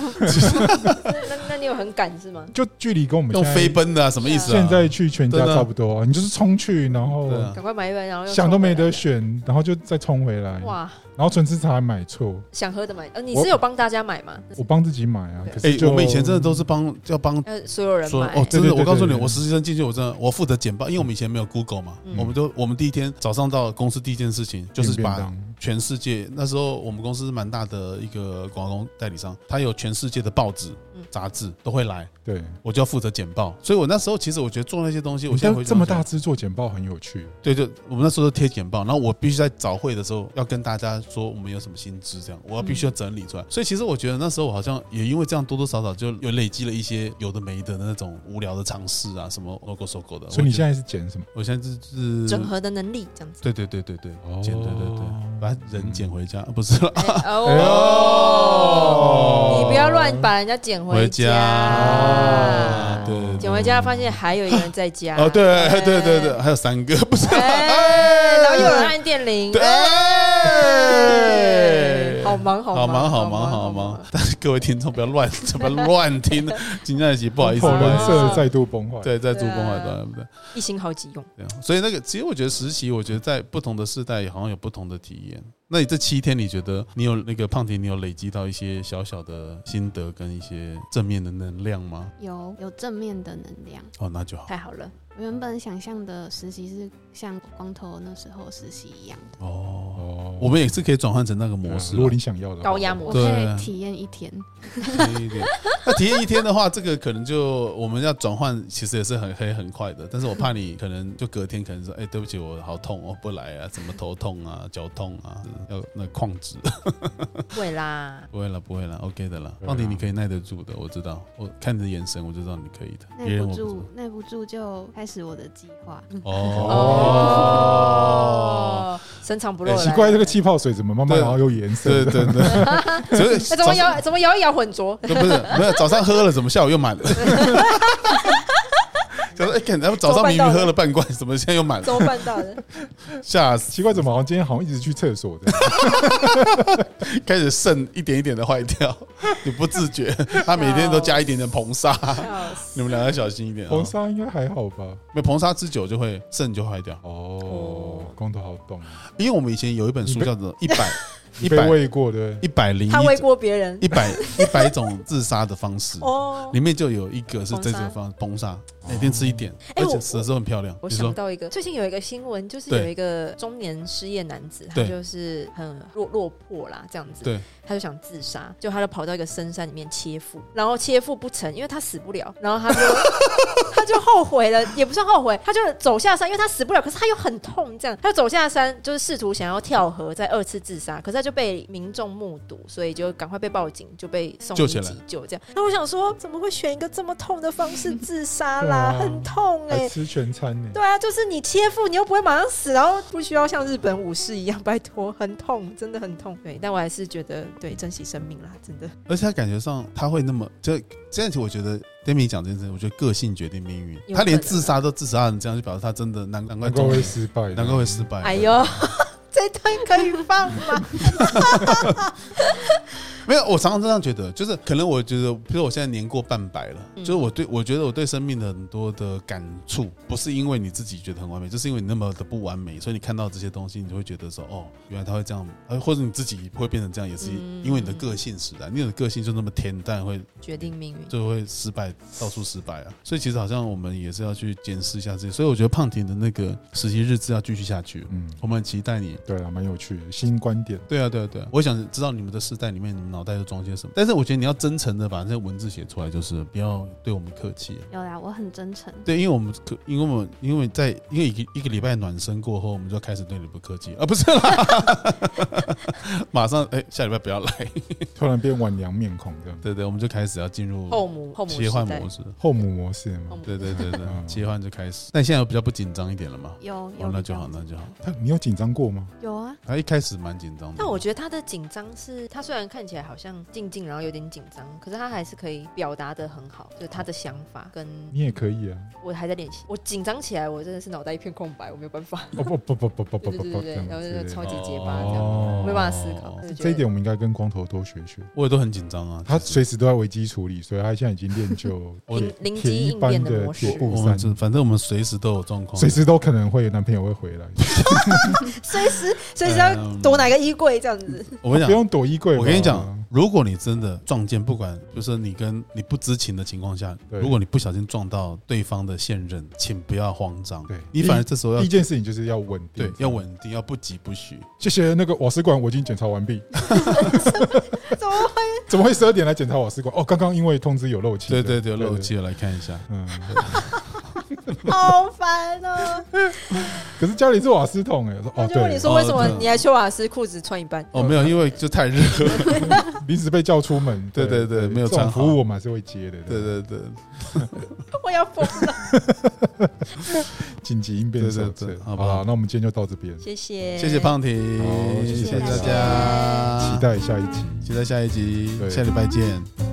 S3: 那那你有很赶是吗？
S1: 就距离跟我们
S2: 用
S1: 现在
S2: 飞奔的啊，什么意思啊？
S1: 现在去全家
S2: 对啊
S1: 差不多啊，你就是冲去，然
S2: 对
S1: 后
S2: 啊
S3: 赶快买一杯，然后又
S1: 想都没得
S3: 冲
S1: 选，然后就再冲回来
S3: 回来。，哇，
S1: 然后纯吃茶还买错，
S3: 想喝的买，呃，你
S1: 我
S3: 是有帮大家买吗？
S1: 我帮自己买啊。
S3: 对
S1: 可
S2: 哎
S1: 是，就
S2: 我们以前真的都是帮要帮
S3: 呃，所有人
S2: 说
S3: 买
S2: 哦，真
S1: 对对
S2: 的，
S1: 对
S2: 我告诉你，
S1: 对对
S2: 我实习生进去，我真的我负责简报，因为我们以前没有 Google 嘛
S3: 嗯，
S2: 我们都我们第一天早上到公司第一件事情就是
S1: 订便
S2: 把
S1: 当
S2: 全世界那时候我们公司是蛮大的一个广告代理商，他有全世界的报纸
S3: 嗯、
S2: 杂志都会来，
S1: 对。
S2: 我就要负责简报，所以我那时候其实我觉得做那些东西，我
S1: 我
S2: 现在
S1: 像
S2: 回去
S1: 这么大
S2: 想
S1: 只做简报很有趣，
S2: 对，就我们那时候都贴简报，然后我必须在早会的时候要跟大家说我们有什么薪资这样，我要必须
S3: 嗯
S2: 要整理出来。所以其实我觉得那时候我好像也因为这样多多少少就有累积了一些有的没的那种无聊的尝试啊，什么 logo 收购的。
S1: 所以你
S2: 我觉
S1: 现
S2: 得
S1: 在是捡什么？
S2: 我现在就是
S3: 整合的能力这样子。
S2: 对对对对对，
S1: 哦
S2: 捡对对对，把
S1: 嗯
S2: 人捡回家，啊不是啦
S3: 哎
S1: 哎
S3: 哦，
S1: 呦
S3: 你不要乱把人家捡
S2: 回
S3: 家
S2: 家哦，对对
S3: 捡回家发现还有一个人在家。
S2: 哦，对
S3: 哎
S2: 对对对，。还有三个不是啦，
S3: 哎，然后又有人按电铃。
S2: 对
S3: 哎，好忙好
S2: 好
S3: 忙
S2: 忙好忙好忙！但是 各位听众不要乱 不要乱 听，今天一集不好意思，
S1: 恐
S2: 不好
S1: 人
S2: 意思，
S1: 设再度崩坏。
S2: 对，在助
S3: 对啊
S2: 攻海端，对
S3: 一心好几用。
S2: 对啊。所以那个，其实我觉得实习，我觉得在不同的世代好像有不同的体验。那你这七天，你觉得你有那个胖婷，你有累积到一些小小的心得跟一些正面的能量吗？
S4: 有有正面的能量，
S2: 哦，那就好
S3: 太好了，
S4: 我原本想象的实习是像光头那时候实习一样的，
S2: 哦。
S1: 哦
S2: 我们也是可以转换成那个模式啊，
S1: 如果你想要的话
S3: 高压模
S4: 我
S3: 式。
S4: 可
S2: 对
S4: 以体验一天。
S2: 体验一天。那体验一天的话，这个可能就我们要转换，其实也是很可以很快的。但是我怕你可能就隔天可能说，哎、对不起，我好痛，我不来啊，什么头痛啊、脚痛啊，要那旷职。
S3: 会啦，
S2: 不会了，不会了，OK 的了。
S1: 对啊
S2: 放婷，你可以耐得住的，我知道。我看你的眼神，我就知道你可以的。别
S4: 耐
S2: 人
S4: 不
S2: 我不知哦
S4: 住
S2: 道。，
S4: 耐不住就开始我的计划。嗯
S3: 哦
S2: 哦，，
S3: 深藏不露。哎
S1: 奇怪，这个气泡水怎么慢慢
S2: 对啊
S1: 然后有颜
S2: 对
S1: 色？
S2: 对对， 所以
S3: 哎，怎
S2: 早
S3: 么
S2: 上
S3: 摇怎么摇一摇混浊？
S2: 不是没有早上喝了，怎么下午又满了？ 想说哎，看然后早上明明喝了半罐，怎么现在又满了？
S3: 怎么办到的？
S2: 吓死！
S1: 奇怪，怎么好像今天好像一直去厕所的？
S2: 开始肾一点一点的坏 掉，你不自觉，他每天都加一点点硼砂，
S3: 笑死
S2: 你们两个小心一点、
S1: 红
S2: 哦。
S1: 纱应该还好吧？
S2: 没有硼砂之久就会肾就坏掉，
S1: 哦，光头好懂，
S2: 因为我们以前有一本书叫 做《一百
S1: 你
S2: 一
S1: 被
S2: 百
S1: 喂过的
S2: 一百零
S3: 他喂
S2: 一种
S3: 过别人
S2: 一百一百种自杀的方式》，
S3: 哦。
S2: 里面就有一个是这种方硼砂，每天吃一点，
S3: 哎
S2: 而
S3: 我
S2: 且死的时候很漂亮。
S3: 我
S2: 你
S3: 想
S2: 说
S3: 到一个，最近有一个新闻，就是
S2: 对
S3: 有一个中年失业男子，他
S2: 对
S3: 就是很落落魄啦，这样子，
S2: 对，
S3: 他就想自杀，就他就跑到一个深山里面切腹，然后切腹不成，因为他死不了，然后 他就他就后悔了，也不算后悔，他就走下山，因为他死不了，可是他又很痛，这样，他就走下山，就是试图想要跳河再二次自杀，可是他就被民众目睹，所以就赶快被报警，就被送
S2: 救
S3: 医
S2: 起来
S3: 急救，这样。那我想说，怎么会选一个这么痛的方式自杀啦？
S1: 对啊
S3: 很痛哎、
S1: 还吃全餐呢。
S3: 对啊，就是你切腹，你又不会马上死，然后不需要像日本武士一样，拜托，很痛，真的很痛。对，但我还是觉得，对，珍惜生命啦，真的。
S2: 而且他感觉上他会那么，就这样子，我觉得 Demi 讲这件事情，我觉得个性决定命运。
S3: 有
S2: 他连
S3: 可能
S2: 自杀都自杀成这样，就表示他真的难难怪
S1: 难怪
S2: 中
S1: 会
S2: 年
S1: 失败，
S2: 难怪会失败。
S3: 哎呦， 这段可以放吗？
S2: 没有，我常常这样觉得，就是可能我觉得，比如我现在年过半百了，
S3: 嗯
S2: 就是我对我觉得我对生命的很多的感触，不是因为你自己觉得很完美，就是因为你那么的不完美，所以你看到这些东西，你就会觉得说，哦，原来他会这样，呃，或者你自己会变成这样，也是
S3: 嗯
S2: 因为你的个性使然。你的个性就那么天，但会
S3: 决定命运。
S2: 就会失败，到处失败啊。所以其实好像我们也是要去检视一下自己。所以我觉得胖婷的那个实习日志要继续下去，
S1: 嗯，
S2: 我们很期待你
S1: 对啊，蛮有趣的新观点。
S2: 对啊，对啊，对啊！我想知道你们的世代里面，你们脑袋都装些什么。但是我觉得你要真诚的把这些文字写出来，就是不要对我们客气。啊
S4: 有啦，我很真诚。
S2: 对，因为我们可，因为我们因为在因为一个一个礼拜暖身过后，我们就开始对你不客气啊，不是啦， 马上哎、下礼拜不要来，
S1: 突然变晚娘面孔这样，
S2: 对对，我们就开始要进入
S3: 后母后母
S2: 切换
S3: 时代
S2: 模，式，
S1: 后母模式
S3: 后
S1: 吗？
S3: 母
S2: 对对对对，
S1: 嗯
S2: 切换就开始。那你现在有比较不紧张一点了吗？
S4: 有有
S2: 哦，那
S4: 比
S2: 就
S4: 较
S2: 好，那就好。
S1: 他你有紧张过吗？
S4: 有啊，
S2: 他一开始蛮紧张的，
S3: 但我觉得他的紧张是，他虽然看起来好像静静，然后有点紧张，可是他还是可以表达的很好，就是他的想法跟
S1: 你也可以啊。
S3: 我还在练习。我紧张起来，我真的是脑袋一片空白，我没有办 法。
S1: 哦不不不不不不
S3: 对
S1: 不
S3: 对
S1: 不，这
S3: 对对
S1: 样
S3: 对，然后就
S1: 子
S3: 超级结巴这样，
S2: 哦
S3: 我没办法思考。就觉得
S1: 这一点我们应该跟光头多学学。
S2: 我也都很紧张啊。
S1: 他
S2: 其实
S1: 随时都在危机处理，所以他现在已经练就
S2: 我
S1: 铁
S3: 灵灵
S1: 铁
S3: 机
S1: 一
S3: 应
S1: 般
S3: 变的
S1: 的
S3: 模
S1: 铁
S3: 式
S1: 布
S2: 我们
S1: 衫，
S2: 就反正我们随时都有状况，
S1: 随时都可能会男朋友会回来，
S3: 随时随时要躲哪个衣柜这样子。
S2: 我跟你
S1: 不
S2: 讲，
S1: 用啊躲衣柜。
S2: 我跟你讲，，如果你真的撞见，不管就是你跟你不知情的情况下，
S1: 对
S2: 如果你不小心撞到对方的现任，请不要慌张，
S1: 对
S2: 你反而这时候
S1: 第
S2: 要
S1: 一件事情就是要稳定，
S2: 对要。稳定，要不急不徐。
S1: 谢谢那个瓦斯管，我已经检查完毕。怎么会十二点来检查瓦斯管？哦，刚刚因为通知有漏气。
S2: 对对对，漏。气了来看一下，
S1: 嗯，
S3: 好烦哦。
S1: 可是家里是瓦斯桶哎，我说
S3: 他
S1: 哦
S3: 就问
S1: 对
S3: 你，说
S2: 哦
S3: 为什么
S2: 对
S3: 你还修瓦斯裤子穿一半？
S2: 哦，没有，因为就太 热了。
S1: 临时被叫出门，
S2: 对对对没有
S1: 这种
S2: 站好
S1: 服务我们还是会接的，
S2: 对对对
S3: 我要疯了。
S1: 紧急应变
S2: 对
S1: 手
S2: 对
S1: 册
S2: 对。
S1: 好
S2: 好
S1: 不
S2: 吧
S1: 好？那我们今天就到这边，期
S3: 谢谢，
S2: 谢谢胖婷
S1: 好，谢谢
S2: 谢
S1: 大
S2: 大
S1: 家
S2: 家，
S1: 待下一集。
S2: 期待下一集，
S1: 对
S2: 下礼拜见，拜